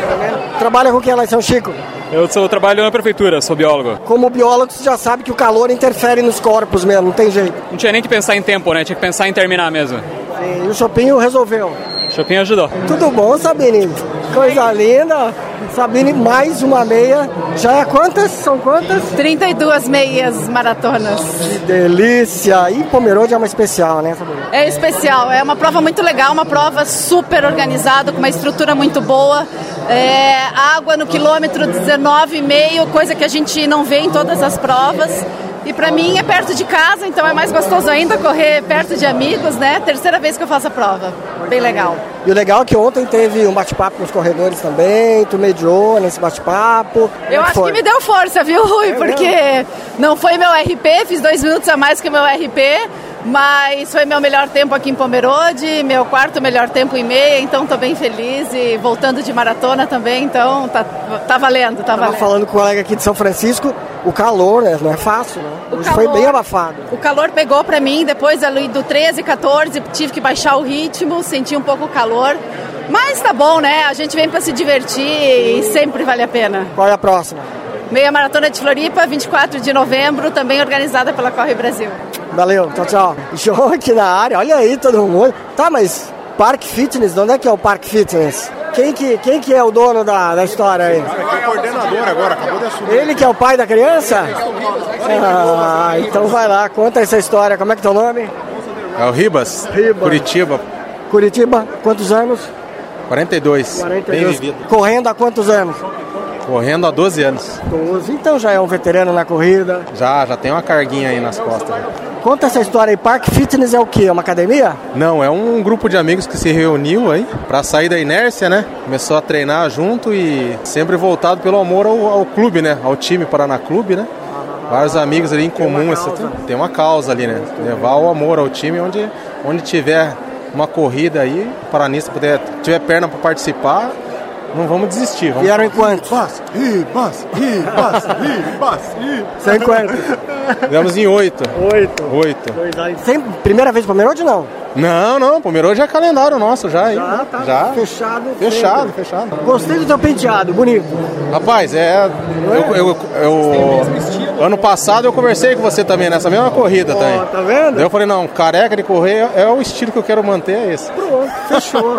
[SPEAKER 1] Trabalha com quem lá em São Chico?
[SPEAKER 12] Eu sou, trabalho na prefeitura, sou biólogo.
[SPEAKER 1] Como biólogo, você já sabe que o calor interfere nos corpos mesmo, não tem jeito.
[SPEAKER 12] Não tinha nem que pensar em tempo, né? Tinha que pensar em terminar mesmo.
[SPEAKER 1] E o Chopinho resolveu.
[SPEAKER 12] O chopinho ajudou.
[SPEAKER 1] Tudo bom, Sabine? Coisa linda. Sabine, mais uma meia. Já é quantas? São quantas?
[SPEAKER 13] 32 meias maratonas.
[SPEAKER 1] Que delícia. E Pomerode é uma especial, né, Sabine?
[SPEAKER 13] É especial, é uma prova muito legal, uma prova super organizada, com uma estrutura muito boa. É, água no quilômetro 19,5, coisa que a gente não vê em todas as provas. E pra mim é perto de casa, então é mais gostoso ainda correr perto de amigos, né? Terceira vez que eu faço a prova. Bem legal.
[SPEAKER 1] E o legal é que ontem teve um bate-papo com os corredores também, tu mediou nesse bate-papo. é
[SPEAKER 13] Eu acho que me deu força, viu, Rui? Porque não foi meu RP, fiz dois minutos a mais que o meu RP, mas foi meu melhor tempo aqui em Pomerode, meu quarto melhor tempo e meia, então tô bem feliz e voltando de maratona também, então tá, tá valendo, tá
[SPEAKER 1] Tava
[SPEAKER 13] valendo.
[SPEAKER 1] falando com o colega aqui de São Francisco, o calor, né? Não é fácil, né?
[SPEAKER 13] O
[SPEAKER 1] Hoje foi
[SPEAKER 13] calor.
[SPEAKER 1] bem abafado.
[SPEAKER 13] O calor pegou pra mim depois ali do 13, 14, tive que baixar o ritmo, senti um pouco o calor. Mas tá bom, né? A gente vem pra se divertir e sempre vale a pena.
[SPEAKER 1] Qual é a próxima?
[SPEAKER 13] Meia Maratona de Floripa, 24 de novembro, também organizada pela Corre Brasil.
[SPEAKER 1] Valeu, tchau, tchau. João aqui na área, olha aí todo mundo. Tá, mas Parque Fitness, de onde é que é o Parque Fitness? Quem que, quem que é o dono da, da história aí?
[SPEAKER 14] é coordenador agora, acabou de assumir.
[SPEAKER 1] Ele que é o pai da criança? Ah, então vai lá, conta essa história. Como é que é teu nome?
[SPEAKER 15] É o Ribas, Curitiba,
[SPEAKER 1] Curitiba, quantos anos?
[SPEAKER 15] 42. Bem
[SPEAKER 1] 42.
[SPEAKER 15] vivido.
[SPEAKER 1] Correndo há quantos anos?
[SPEAKER 15] Correndo há 12 anos.
[SPEAKER 1] 12. Então já é um veterano na corrida.
[SPEAKER 15] Já, já tem uma carguinha aí nas costas. né?
[SPEAKER 1] Conta essa história aí. Parque Fitness é o quê? É uma academia?
[SPEAKER 15] Não, é um grupo de amigos que se reuniu aí pra sair da inércia, né? Começou a treinar junto e sempre voltado pelo amor ao, ao clube, né? Ao time Paraná Clube, né? Vários amigos ali em comum. essa- Tem uma causa, ali, né? Levar o amor ao time onde, onde tiver uma corrida aí, o paranista puder, tiver perna pra participar, não vamos desistir. Vamos...
[SPEAKER 1] Vieram em quantos?
[SPEAKER 15] Passa, passa,
[SPEAKER 14] Ribas, Ribas, Ribas.
[SPEAKER 1] Sem quantos?
[SPEAKER 15] Fizemos em oito.
[SPEAKER 1] Oito.
[SPEAKER 15] Oito.
[SPEAKER 1] Sempre, primeira vez para ou não?
[SPEAKER 15] Não, não, Pomerode já é calendário nosso, já aí. Já, tá. Já.
[SPEAKER 1] Fechado.
[SPEAKER 15] Fechado,
[SPEAKER 1] sempre.
[SPEAKER 15] fechado.
[SPEAKER 1] Gostei do teu penteado, bonito.
[SPEAKER 15] Rapaz, é. Eu, eu- eu- ano passado eu conversei com você também nessa mesma corrida também.
[SPEAKER 1] tá vendo?
[SPEAKER 15] Daí eu falei, não, careca de correr é o estilo que eu quero manter, é esse.
[SPEAKER 1] Pronto, fechou.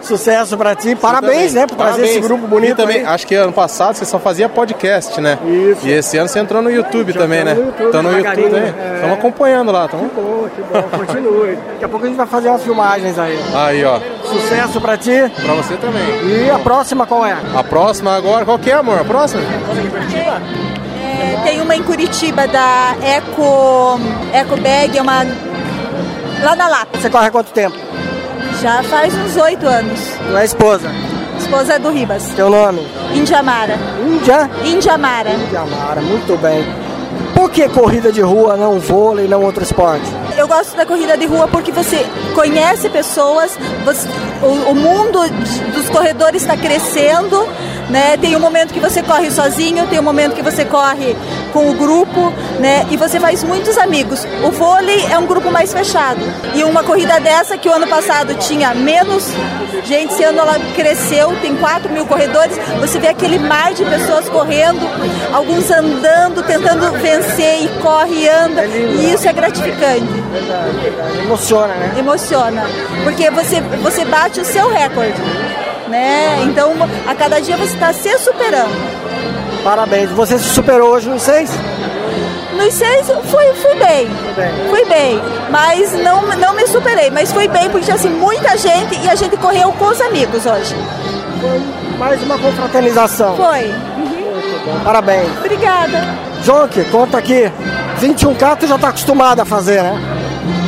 [SPEAKER 1] Sucesso pra ti. Parabéns, né, por trazer
[SPEAKER 15] Parabéns.
[SPEAKER 1] esse grupo bonito
[SPEAKER 15] E também,
[SPEAKER 1] aí.
[SPEAKER 15] acho que ano passado você só fazia podcast, né? Isso. E esse ano você entrou no YouTube também, né?
[SPEAKER 1] no YouTube,
[SPEAKER 15] Tá no YouTube,
[SPEAKER 1] devagarinho,
[SPEAKER 15] né?
[SPEAKER 1] é.
[SPEAKER 15] Estamos acompanhando lá, tamo...
[SPEAKER 1] Boa, que bom, continue. Daqui a pouco a gente vai fazer umas filmagens aí.
[SPEAKER 15] Aí, ó.
[SPEAKER 1] Sucesso pra ti.
[SPEAKER 15] Pra você também.
[SPEAKER 1] E a próxima qual é?
[SPEAKER 15] A próxima agora, qual que é, amor? A próxima?
[SPEAKER 16] É, tem uma em Curitiba da Eco, Eco Bag, é uma lá na Lapa.
[SPEAKER 1] Você corre há quanto tempo?
[SPEAKER 16] Já faz uns oito anos.
[SPEAKER 1] Tu é esposa.
[SPEAKER 16] Esposa é do Ribas.
[SPEAKER 1] Teu nome?
[SPEAKER 16] Indiamara.
[SPEAKER 1] Índia?
[SPEAKER 16] Indiamara.
[SPEAKER 1] Indiamara, muito bem. Por que corrida de rua, não vôlei, não outro esporte?
[SPEAKER 16] Eu gosto da corrida de rua porque você conhece pessoas, você- o, o mundo de- dos corredores está crescendo, né? Tem um momento que você corre sozinho, tem um momento que você corre com o grupo, né? E você faz muitos amigos. O vôlei é um grupo mais fechado. E uma corrida dessa que o ano passado tinha menos gente, esse ano ela cresceu, tem 4 mil corredores, você vê aquele mar de pessoas correndo, alguns andando, tentando vencer e corre e anda. E isso é gratificante.
[SPEAKER 1] Emociona, né?
[SPEAKER 16] Emociona. Porque você, você bate o seu recorde. Né? Então, a cada dia você está se superando.
[SPEAKER 1] Parabéns. Você se superou hoje nos seis?
[SPEAKER 16] Nos seis, eu fui, fui bem. Fui bem. Mas não, não me superei. Mas fui bem porque tinha assim, muita gente e a gente correu com os amigos hoje.
[SPEAKER 1] Mais uma confraternização.
[SPEAKER 16] Foi.
[SPEAKER 1] Parabéns.
[SPEAKER 16] Obrigada.
[SPEAKER 1] Jonk, conta aqui. 21K tu já tá acostumado a fazer, né?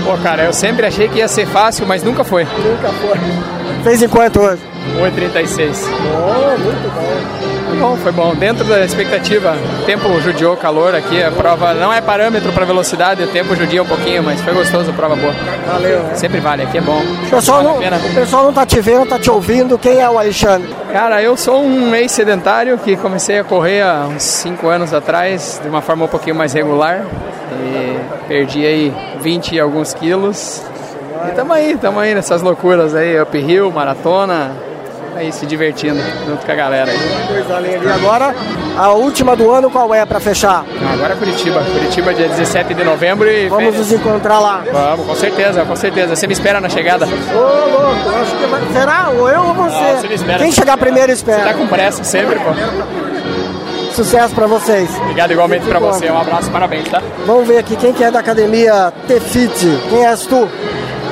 [SPEAKER 17] Pô, cara, eu sempre achei que ia ser fácil, mas nunca foi.
[SPEAKER 1] Nunca foi. Fez em quanto hoje?
[SPEAKER 17] 1,36.
[SPEAKER 1] Bom, muito bom.
[SPEAKER 17] Foi bom, foi bom. Dentro da expectativa, o tempo judiou o calor aqui. A prova não é parâmetro para velocidade, o tempo judia um pouquinho, mas foi gostoso, prova boa.
[SPEAKER 1] Valeu.
[SPEAKER 17] Sempre vale, aqui é bom.
[SPEAKER 1] O pessoal, não,
[SPEAKER 17] Vale a pena.
[SPEAKER 1] o pessoal não tá te vendo, tá te ouvindo. Quem é o Alexandre?
[SPEAKER 17] Cara, eu sou um ex-sedentário que comecei a correr há uns 5 anos atrás, de uma forma um pouquinho mais regular. E perdi aí 20 e alguns quilos. E tamo aí, tamo aí nessas loucuras aí, uphill, maratona, aí se divertindo junto com a galera aí.
[SPEAKER 1] Coisa além ali. E agora, a última do ano qual é pra fechar?
[SPEAKER 17] Agora é Curitiba. Curitiba dia 17 de novembro e.
[SPEAKER 1] Vamos nos encontrar lá.
[SPEAKER 17] Vamos, com certeza, com certeza. Você me espera na chegada.
[SPEAKER 1] Ô, louco, acho que vai- será ou eu ou você?
[SPEAKER 17] Ah, você me espera.
[SPEAKER 1] Quem chegar primeiro
[SPEAKER 17] Você tá
[SPEAKER 1] espera.
[SPEAKER 17] com pressa sempre, pô.
[SPEAKER 1] Sucesso pra vocês.
[SPEAKER 17] Obrigado igualmente pra você. Um abraço, parabéns, tá?
[SPEAKER 1] Vamos ver aqui quem que é da academia Tefit. Quem és tu?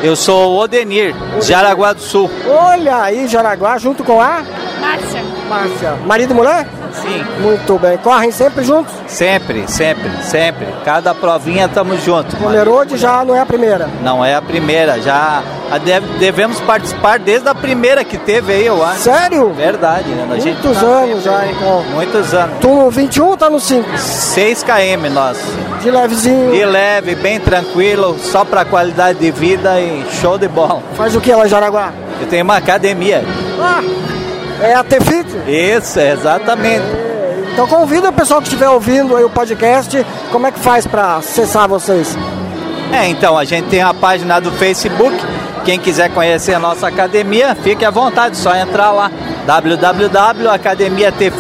[SPEAKER 18] Eu sou o Odenir, de Araguá do Sul.
[SPEAKER 1] Olha aí, Jaraguá, junto com a
[SPEAKER 9] Márcia.
[SPEAKER 1] Márcia. marido e mulher?
[SPEAKER 18] Sim.
[SPEAKER 1] Muito bem. Correm sempre juntos?
[SPEAKER 18] Sempre, sempre, sempre. Cada provinha estamos juntos.
[SPEAKER 1] Pomerode já não é a primeira.
[SPEAKER 18] Não é a primeira, já a deve- devemos participar desde a primeira que teve aí, eu acho.
[SPEAKER 1] Sério?
[SPEAKER 18] Verdade, né? A gente
[SPEAKER 1] Muitos anos já, então.
[SPEAKER 18] Muitos anos.
[SPEAKER 1] Tu no 21 tá no 5?
[SPEAKER 18] 6 km nós.
[SPEAKER 1] De levezinho.
[SPEAKER 18] De leve, bem tranquilo, só pra qualidade de vida e show de bola.
[SPEAKER 1] Faz o que lá em Jaraguá?
[SPEAKER 18] Eu tenho uma academia.
[SPEAKER 1] Ah, é a Tefit?
[SPEAKER 18] Isso, exatamente.
[SPEAKER 1] Então convida o pessoal que estiver ouvindo aí o podcast, como é que faz pra acessar vocês?
[SPEAKER 18] É, então, a gente tem a página do Facebook. Quem quiser conhecer a nossa academia, fique à vontade, só entrar lá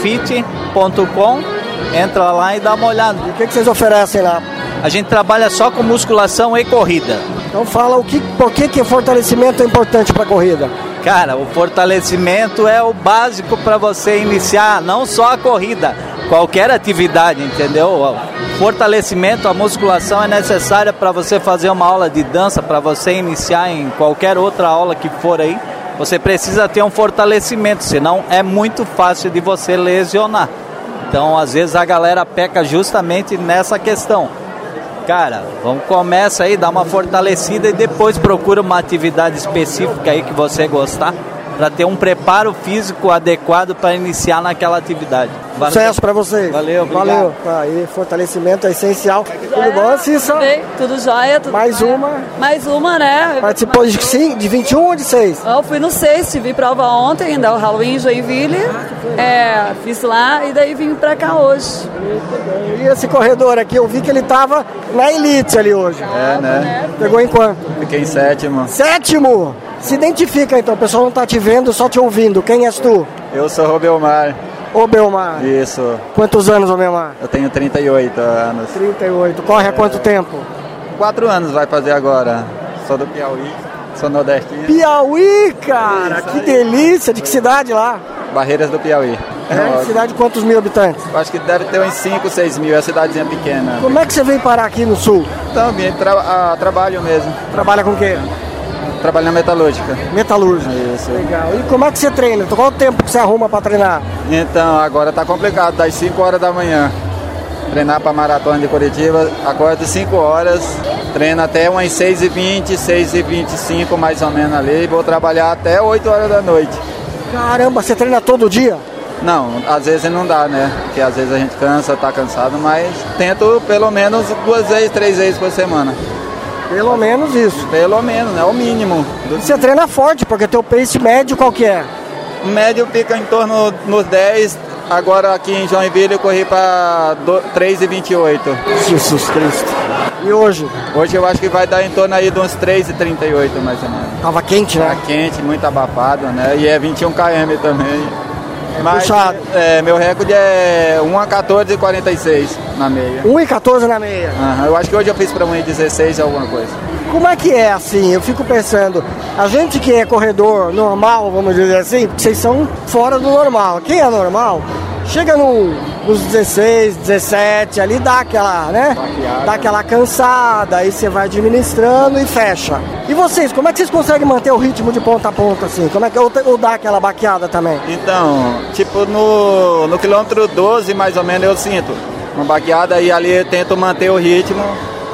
[SPEAKER 18] www.academiatefit.com. Entra lá e dá uma olhada.
[SPEAKER 1] O que, que vocês oferecem lá?
[SPEAKER 18] A gente trabalha só com musculação e corrida.
[SPEAKER 1] Então fala o que, por que que fortalecimento é importante pra corrida?
[SPEAKER 18] Cara, o fortalecimento é o básico para você iniciar não só a corrida, qualquer atividade, entendeu? O fortalecimento, a musculação é necessária para você fazer uma aula de dança, para você iniciar em qualquer outra aula que for aí. Você precisa ter um fortalecimento, senão é muito fácil de você lesionar. Então, às vezes a galera peca justamente nessa questão. Cara, vamos começa aí, dá uma fortalecida e depois procura uma atividade específica aí que você gostar para ter um preparo físico adequado para iniciar naquela atividade. Valeu.
[SPEAKER 1] Sucesso pra vocês.
[SPEAKER 18] Valeu, obrigado.
[SPEAKER 1] Valeu. Tá Aí, fortalecimento é essencial. Tudo bom, Cissa?
[SPEAKER 16] Bem, tudo jóia, tudo
[SPEAKER 1] Mais
[SPEAKER 16] jóia.
[SPEAKER 1] uma.
[SPEAKER 16] Mais uma, né?
[SPEAKER 1] Participou de, sim, de 21 ou de 6?
[SPEAKER 16] Eu fui no sexto, tive prova ontem, ainda é o Halloween em Joinville. É, fiz lá e daí vim pra cá hoje.
[SPEAKER 1] E esse corredor aqui, eu vi que ele tava na elite ali hoje.
[SPEAKER 19] É, né?
[SPEAKER 1] Pegou em quanto?
[SPEAKER 19] Fiquei em sétimo.
[SPEAKER 1] Sétimo! Se identifica então, o pessoal não tá te vendo, só te ouvindo. Quem és tu?
[SPEAKER 19] Eu sou Robelmar.
[SPEAKER 1] Ô Belmar.
[SPEAKER 19] Isso.
[SPEAKER 1] Quantos anos, ô Belmar?
[SPEAKER 19] Eu tenho 38 anos. É.
[SPEAKER 1] 38. Corre há quanto tempo?
[SPEAKER 19] Quatro anos vai fazer agora. Sou do Piauí. Sou nordestino.
[SPEAKER 1] Piauí, cara! Que delícia! De que cidade lá?
[SPEAKER 19] Barreiras do Piauí.
[SPEAKER 1] É, cidade de quantos mil habitantes?
[SPEAKER 19] Eu Acho que deve ter uns 5, 6 mil. É uma cidadezinha pequena.
[SPEAKER 1] Como é que você veio parar aqui no sul?
[SPEAKER 19] Então, vim tra- a trabalho mesmo.
[SPEAKER 1] Trabalha com o quê?
[SPEAKER 19] Trabalho na metalúrgica.
[SPEAKER 1] Metalúrgica.
[SPEAKER 19] Isso.
[SPEAKER 1] Legal. E como é que você treina? Qual o tempo que você arruma pra treinar?
[SPEAKER 19] Então, agora tá complicado, das 5 horas da manhã. Treinar para maratona de Curitiba, acorda 5 horas, treino até umas 6h20, 6h25 mais ou menos ali, e vou trabalhar até 8 horas da noite.
[SPEAKER 1] Caramba, você treina todo dia?
[SPEAKER 19] Não, às vezes não dá, né? Porque às vezes a gente cansa, tá cansado, mas tento pelo menos duas vezes, três vezes por semana.
[SPEAKER 1] Pelo menos isso.
[SPEAKER 19] Pelo menos, né? O mínimo.
[SPEAKER 1] Você treina forte, porque teu pace médio qual que é?
[SPEAKER 19] O médio fica em torno nos 10, agora aqui em Joinville eu corri para 3,28.
[SPEAKER 1] Jesus Cristo. E hoje?
[SPEAKER 19] Hoje eu acho que vai dar em torno aí de uns 3,38 mais ou menos.
[SPEAKER 1] Tava quente, né?
[SPEAKER 19] Tá quente, muito abafado, né? E é 21 km também.
[SPEAKER 1] puxado.
[SPEAKER 19] É, meu recorde é 1,14,46 na meia.
[SPEAKER 1] 1,14 na meia.
[SPEAKER 19] Aham, eu acho que hoje eu fiz um para 1,16 alguma coisa.
[SPEAKER 1] Como é que é assim? Eu fico pensando, a gente que é corredor normal, vamos dizer assim, porque vocês são fora do normal. Quem é normal, chega no- nos 16, 17, ali dá aquela, né? Dá aquela cansada, aí você vai administrando e fecha. E vocês, como é que vocês conseguem manter o ritmo de ponta a ponta assim? Como é que ou, ou dá aquela baqueada também?
[SPEAKER 19] Então, tipo no, no quilômetro 12 mais ou menos eu sinto uma baqueada e ali eu tento manter o ritmo.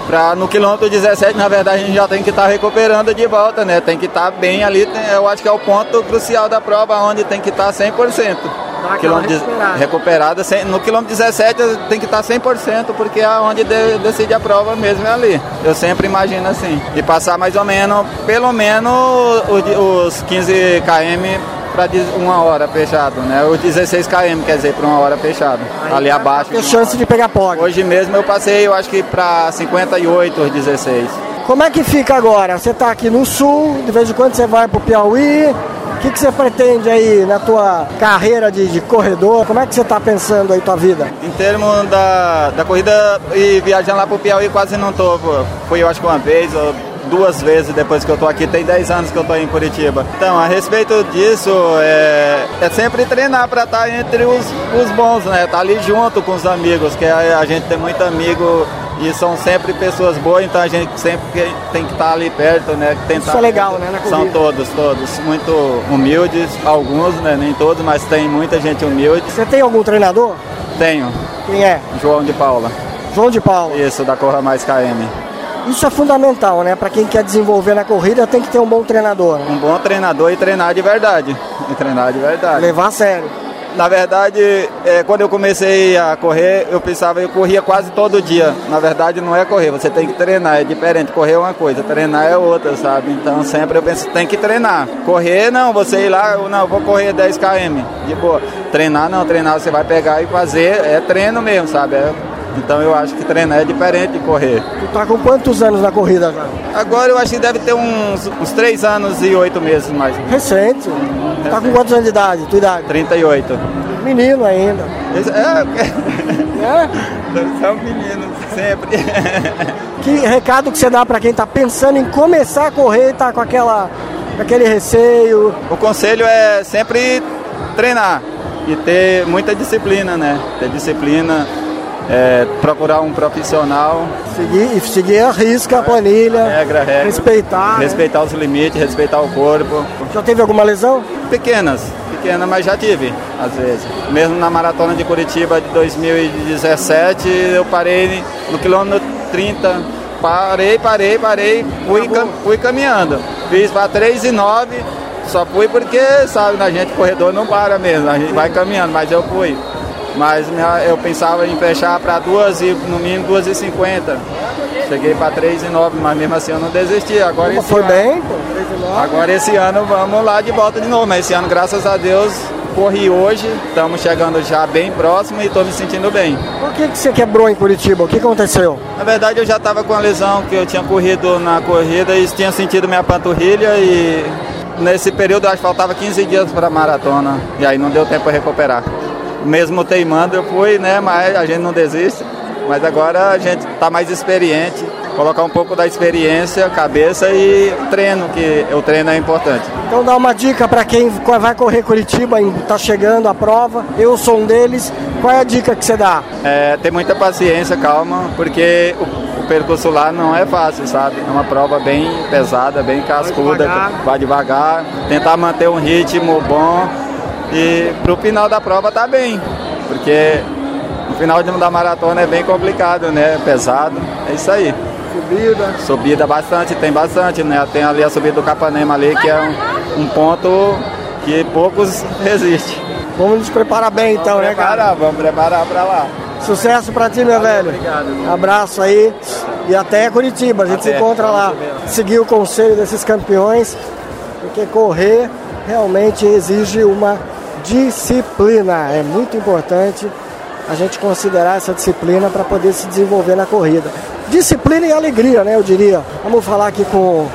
[SPEAKER 19] Pra no quilômetro 17, na verdade, a gente já tem que estar recuperando de volta, né? Tem que estar bem ali, tem- eu acho que é o ponto crucial da prova, onde tem que tá estar 100%.
[SPEAKER 1] aquela
[SPEAKER 19] de-
[SPEAKER 1] recuperada.
[SPEAKER 19] recuperada. cem- No quilômetro 17 tem que estar 100%, porque é onde de- decide a prova mesmo, é ali. Eu sempre imagino assim, de passar mais ou menos, pelo menos o de- os 15 km para uma hora fechado, né? Os 16 km, quer dizer, para uma hora fechado. ali abaixo.
[SPEAKER 1] Tem chance de pegar pó.
[SPEAKER 19] Hoje mesmo eu passei, eu acho que para 58 os 16.
[SPEAKER 1] Como é que fica agora? Você tá aqui no sul, de vez em quando você vai pro Piauí. O que, que você pretende aí na tua carreira de, de corredor? Como é que você está pensando aí tua vida?
[SPEAKER 19] Em termos da, da corrida e viajando lá pro Piauí, quase não tô. pô. Fui eu acho que uma vez ou duas vezes depois que eu tô aqui. Tem 10 anos que eu tô em Curitiba. Então, a respeito disso, é, é sempre treinar pra estar entre os, os bons, né? Tá ali junto com os amigos, que a, a gente tem muito amigo e são sempre pessoas boas, então a gente sempre que- tem que estar ali perto, né? Tentar
[SPEAKER 1] Isso é legal, né, na
[SPEAKER 19] são
[SPEAKER 1] corrida.
[SPEAKER 19] todos, todos. Muito humildes, alguns, né? Nem todos, mas tem muita gente humilde.
[SPEAKER 1] Você tem algum treinador?
[SPEAKER 19] Tenho.
[SPEAKER 1] Quem é?
[SPEAKER 19] João de Paula.
[SPEAKER 1] João de Paula.
[SPEAKER 19] Isso, da Corra Mais KM.
[SPEAKER 1] Isso é fundamental, né? Para quem quer desenvolver na corrida, tem que ter um bom treinador. né?
[SPEAKER 19] Um bom treinador e treinar de verdade. E treinar de verdade.
[SPEAKER 1] Levar a sério.
[SPEAKER 19] Na verdade, é, quando eu comecei a correr, eu pensava, eu corria quase todo dia. Na verdade, não é correr, você tem que treinar, é diferente. Correr é uma coisa, treinar é outra, sabe? Então sempre eu penso, tem que treinar. Correr não, você ir lá, eu, não, eu vou correr 10 km. De boa. Treinar não, treinar você vai pegar e fazer, é treino mesmo, sabe? É- então eu acho que treinar é diferente de correr.
[SPEAKER 1] Tu tá com quantos anos na corrida já?
[SPEAKER 19] Agora eu acho que deve ter uns, uns 3 anos e 8 meses mais.
[SPEAKER 1] Recente. Tá com quantos anos de idade? Tua idade?
[SPEAKER 19] 38.
[SPEAKER 1] Menino ainda.
[SPEAKER 19] É um menino, sempre.
[SPEAKER 1] Que recado que você dá para quem tá pensando em começar a correr e tá com aquela, com aquele receio?
[SPEAKER 19] O conselho é sempre treinar e ter muita disciplina, né? Ter disciplina, é, procurar um profissional, É,
[SPEAKER 1] Seguir, seguir a risca, a planilha.
[SPEAKER 19] regra, regra.
[SPEAKER 1] Respeitar, né?
[SPEAKER 19] Respeitar os limites, respeitar o corpo.
[SPEAKER 1] Já teve alguma lesão?
[SPEAKER 19] Pequenas, pequenas, mas já tive, às vezes. Mesmo na maratona de Curitiba de 2017, eu parei no quilômetro 30. Parei, parei, parei, fui, cam- fui caminhando. Fiz para 3 e 9, só fui porque, sabe, na gente corredor não para mesmo, a gente vai caminhando, mas eu fui. Mas minha- eu pensava em fechar para duas e no mínimo 2 e 50. Cheguei para 3 e 9, mas mesmo assim eu não desisti. Agora
[SPEAKER 1] Opa,
[SPEAKER 19] esse
[SPEAKER 1] foi
[SPEAKER 19] ano-
[SPEAKER 1] bem?
[SPEAKER 19] Agora esse ano vamos lá de volta de novo, mas esse ano, graças a Deus, corri hoje, estamos chegando já bem próximo e estou me sentindo bem.
[SPEAKER 1] Por que, que você quebrou em Curitiba? O que aconteceu?
[SPEAKER 19] Na verdade, eu já estava com a lesão que eu tinha corrido na corrida e tinha sentido minha panturrilha e nesse período acho que faltava 15 dias para a maratona e aí não deu tempo para recuperar. Mesmo teimando eu fui, né, mas a gente não desiste. Mas agora a gente está mais experiente, colocar um pouco da experiência, cabeça e treino, que o treino é importante.
[SPEAKER 1] Então dá uma dica para quem co- vai correr Curitiba, em- tá chegando a prova, eu sou um deles. Qual é a dica que você dá?
[SPEAKER 19] É, ter muita paciência, calma, porque o, o percurso lá não é fácil, sabe? É uma prova bem pesada, bem cascuda,
[SPEAKER 1] devagar.
[SPEAKER 19] vai devagar, tentar manter um ritmo bom e pro final da prova tá bem, porque o final de- da maratona é bem complicado, né? Pesado, é isso aí.
[SPEAKER 1] Subida.
[SPEAKER 19] Subida bastante, tem bastante, né? Tem ali a subida do Capanema ali, que é um, um ponto que poucos resistem.
[SPEAKER 1] Vamos nos preparar bem então, né, cara?
[SPEAKER 19] Vamos preparar pra lá.
[SPEAKER 1] Sucesso pra ti, meu velho. Obrigado. Abraço aí e até Curitiba. A gente
[SPEAKER 19] Até.
[SPEAKER 1] se encontra lá. Seguir o conselho desses campeões, porque correr realmente exige uma disciplina. É muito importante a gente considerar essa disciplina para poder se desenvolver na corrida. Disciplina e alegria, né? Eu diria. Vamos falar aqui com.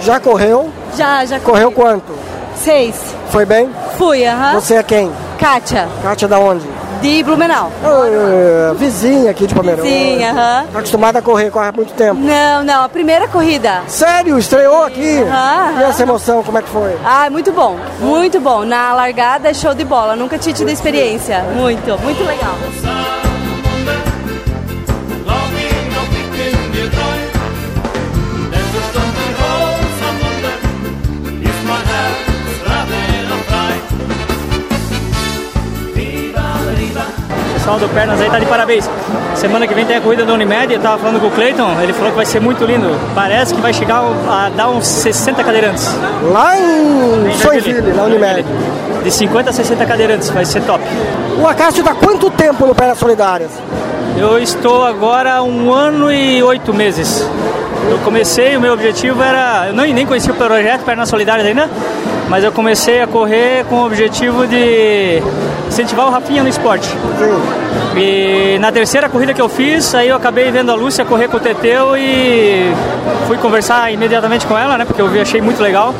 [SPEAKER 1] Já correu?
[SPEAKER 16] Já, já
[SPEAKER 1] Correu
[SPEAKER 16] corri.
[SPEAKER 1] quanto?
[SPEAKER 16] Seis.
[SPEAKER 1] Foi bem?
[SPEAKER 16] Fui, aham.
[SPEAKER 1] Você é quem?
[SPEAKER 16] Kátia,
[SPEAKER 1] Kátia da onde?
[SPEAKER 16] de Blumenau.
[SPEAKER 1] Ah, vizinha aqui de Pomerode.
[SPEAKER 16] Vizinha, aham.
[SPEAKER 1] Tá acostumada a correr, corre há muito tempo.
[SPEAKER 16] Não, não, a primeira corrida.
[SPEAKER 1] Sério, estreou aqui?
[SPEAKER 16] Aham, aham.
[SPEAKER 1] E essa emoção, como é que foi?
[SPEAKER 16] Ah, muito bom, muito bom. Na largada é show de bola, nunca tinha tido experiência. Muito, muito legal.
[SPEAKER 20] O pessoal do Pernas aí tá de parabéns. Semana que vem tem a corrida da Unimed, eu tava falando com o Cleiton, ele falou que vai ser muito lindo. Parece que vai chegar a dar uns 60 cadeirantes.
[SPEAKER 1] Lá em
[SPEAKER 20] Joinville, na Unimed. De 50 a 60 cadeirantes, vai ser top.
[SPEAKER 1] O Acácio tá quanto tempo no Pera Solidárias?
[SPEAKER 20] Eu estou agora um ano e oito meses. Eu comecei, o meu objetivo era. Eu nem, nem conhecia o projeto Perna Solidária ainda, mas eu comecei a correr com o objetivo de incentivar o Rafinha no esporte. E na terceira corrida que eu fiz, aí eu acabei vendo a Lúcia correr com o Teteu e fui conversar imediatamente com ela, né? Porque eu vi, achei muito legal.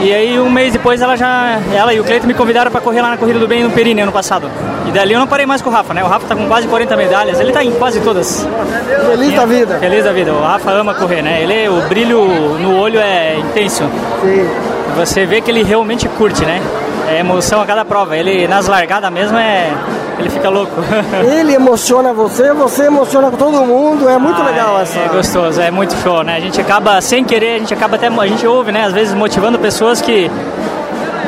[SPEAKER 20] E aí um mês depois ela já, ela e o Cleiton me convidaram para correr lá na corrida do bem no Perini ano passado. E dali eu não parei mais com o Rafa, né? O Rafa tá com quase 40 medalhas, ele tá em quase todas.
[SPEAKER 1] Feliz da vida.
[SPEAKER 20] Feliz da vida. O Rafa ama correr, né? Ele o brilho no olho é intenso.
[SPEAKER 1] Sim.
[SPEAKER 20] Você vê que ele realmente curte, né? É emoção a cada prova. Ele nas largadas mesmo é ele fica louco.
[SPEAKER 1] Ele emociona você, você emociona todo mundo, é muito
[SPEAKER 20] Ah,
[SPEAKER 1] legal
[SPEAKER 20] é,
[SPEAKER 1] essa.
[SPEAKER 20] É gostoso, é muito show, né? A gente acaba, sem querer, a gente acaba até, a gente ouve, né? Às vezes motivando pessoas que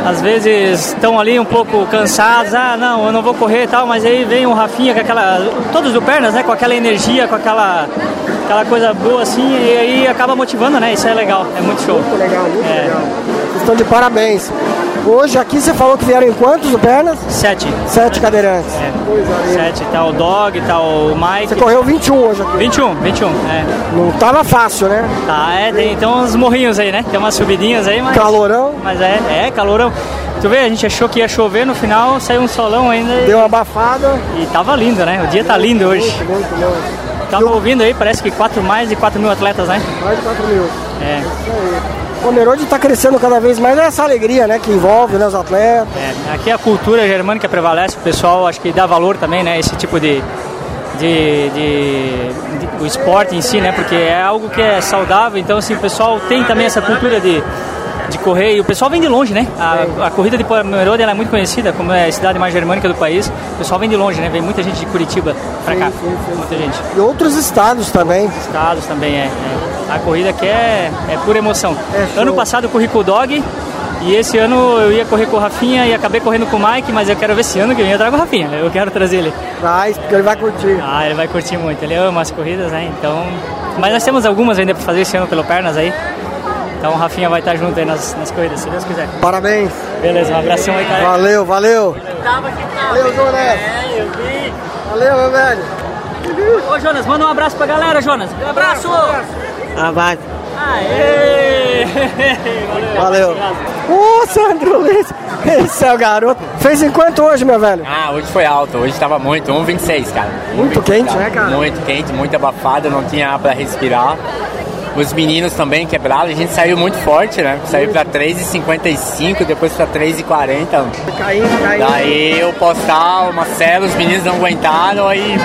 [SPEAKER 20] às vezes estão ali um pouco cansadas, ah, não, eu não vou correr e tal, mas aí vem o Rafinha com aquela, todos do Pernas, né? Com aquela energia, com aquela, aquela coisa boa assim, e aí acaba motivando, né? Isso é legal, é muito show. É. Muito
[SPEAKER 1] legal, muito
[SPEAKER 20] legal.
[SPEAKER 1] Vocês estão de parabéns. Hoje aqui você falou que vieram em quantos do pernas?
[SPEAKER 20] Sete.
[SPEAKER 1] Sete cadeirantes.
[SPEAKER 20] Sete, tá o Dog, tá o Mike. Você
[SPEAKER 1] correu 21 hoje aqui.
[SPEAKER 20] 21, 21, é.
[SPEAKER 1] Não tava fácil, né?
[SPEAKER 20] Tá, é, tem então uns morrinhos aí, né? Tem umas subidinhas aí, mas.
[SPEAKER 1] Calorão.
[SPEAKER 20] Mas é, é, calorão. Tu vê, a gente achou que ia chover no final, saiu um solão ainda.
[SPEAKER 1] Deu uma abafada.
[SPEAKER 20] E tava lindo, né? O dia tá lindo hoje.
[SPEAKER 1] Muito, muito, muito.
[SPEAKER 20] Tava ouvindo aí, parece que quatro, mais de 4 mil atletas, né?
[SPEAKER 1] Mais de 4 mil.
[SPEAKER 20] É.
[SPEAKER 1] O Pomerode tá crescendo cada vez mais essa alegria, né? Que envolve né, os atletas.
[SPEAKER 20] É, aqui a cultura germânica prevalece, o pessoal acho que dá valor também, né? Esse tipo de. De, de- de- o esporte em si, né? Porque é algo que é saudável, então assim, o pessoal tem também essa cultura de, de correr e o pessoal vem de longe, né? A, a corrida de Pomerode ela é muito conhecida como é a cidade mais germânica do país. O pessoal vem de longe, né? Vem muita gente de Curitiba pra cá. Muita gente.
[SPEAKER 1] E outros estados também.
[SPEAKER 20] Estados também é. é. A corrida aqui é, é pura emoção. ano passado eu corri com o Dog e esse ano eu ia correr com o Rafinha e acabei correndo com o Mike, mas eu quero ver esse ano que vem eu trago o Rafinha. Eu quero trazer ele.
[SPEAKER 1] Mas, porque ele vai curtir.
[SPEAKER 20] Ah, ele vai curtir muito. Ele ama as corridas, né? Então. Mas nós temos algumas ainda para fazer esse ano pelo Pernas aí. Então o Rafinha vai estar junto aí nas, nas corridas, se Deus quiser.
[SPEAKER 1] Parabéns.
[SPEAKER 20] Beleza, um abração aí, cara.
[SPEAKER 1] Valeu, valeu.
[SPEAKER 20] Tava aqui, tava.
[SPEAKER 1] Valeu, Jonas.
[SPEAKER 20] É, eu vi.
[SPEAKER 1] Valeu, meu velho.
[SPEAKER 20] Ô, Jonas, manda um abraço pra galera, Jonas. Um abraço!
[SPEAKER 10] Abraço.
[SPEAKER 20] Aê!
[SPEAKER 1] Valeu. Ô, Sandro Luiz, esse é o garoto. Fez em quanto hoje, meu velho?
[SPEAKER 10] Ah, hoje foi alto, hoje tava muito, 1,26, cara.
[SPEAKER 1] Muito
[SPEAKER 10] 1,26,
[SPEAKER 1] quente, né, cara?
[SPEAKER 10] Muito quente, muito abafado, não tinha ar pra respirar. Os meninos também quebraram, a gente saiu muito forte, né? Saiu pra 3,55, depois pra 3,40.
[SPEAKER 1] Caindo, caindo.
[SPEAKER 10] Daí o Postal, o Marcelo, os meninos não aguentaram, aí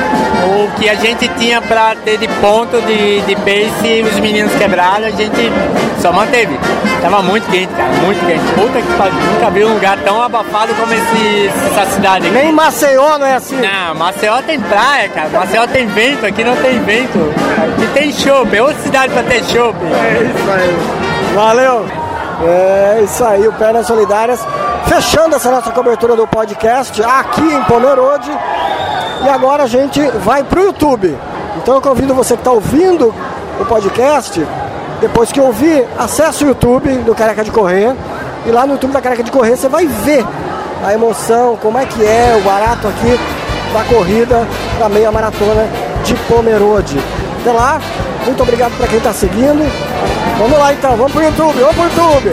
[SPEAKER 10] o que a gente tinha pra ter de ponto de, de pace, os meninos quebraram, a gente só manteve. Tava muito quente, cara, muito quente. Puta que pariu, nunca vi um lugar tão abafado como esse, essa cidade aqui.
[SPEAKER 1] Nem Maceió não é assim.
[SPEAKER 10] Não, Maceió tem praia, cara, Maceió tem vento, aqui não tem vento. Aqui tem chope, é outra cidade pra ter chope.
[SPEAKER 1] É isso aí. Valeu. É isso aí, o Pernas Solidárias. Fechando essa nossa cobertura do podcast aqui em Pomerode. E agora a gente vai pro YouTube. Então eu convido você que está ouvindo o podcast, depois que ouvir, acesse o YouTube do Careca de Correr. E lá no YouTube da Careca de Correr você vai ver a emoção, como é que é o barato aqui da corrida da meia maratona de Pomerode. Até lá, muito obrigado para quem está seguindo. Vamos lá então, vamos pro YouTube, vamos pro YouTube.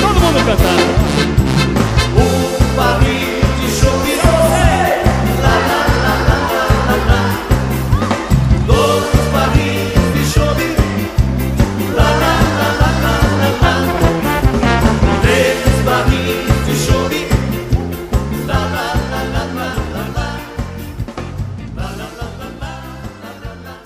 [SPEAKER 20] Todo mundo cantando.